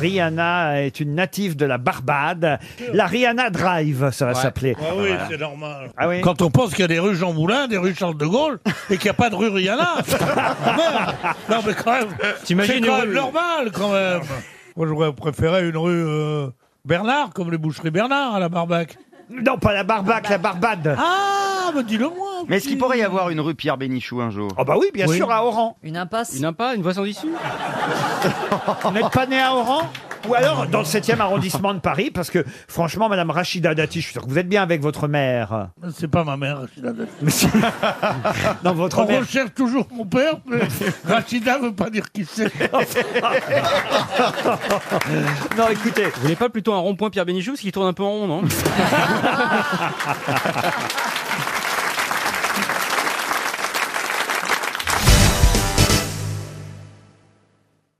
Rihanna est une native de la Barbade. La Rihanna Drive, ça va s'appeler. Ah oui, c'est normal. Ah oui Quand on pense qu'il y a des rues Jean Moulin, des rues Charles de Gaulle, et qu'il n'y a pas de rue Rihanna. Quand même. non, mais quand même. T'imagines C'est une quand même rue- normal, quand même. Ah bah. Moi, j'aurais préféré une rue euh, Bernard, comme les boucheries Bernard à la Barbac. Non, pas la Barbac, la Barbade. Ah, mais dis-le moi. Mais est-ce qu'il pourrait y avoir une rue Pierre Bénichou un jour Oh bah oui, bien Oui. sûr, à Oran. Une impasse. Une pas une voie sans issue Vous n'êtes pas né à Oran ou alors dans le 7e arrondissement de Paris, parce que franchement, Madame Rachida Dati, je suis sûr que vous êtes bien avec votre mère. Ah, C'est pas ma mère, Rachida. Non, votre On mère. recherche toujours mon père, mais Rachida veut pas dire qui c'est. Non, écoutez, Vous voulez pas plutôt un rond-point Pierre Bénichou, parce qu'il tourne un peu en rond, non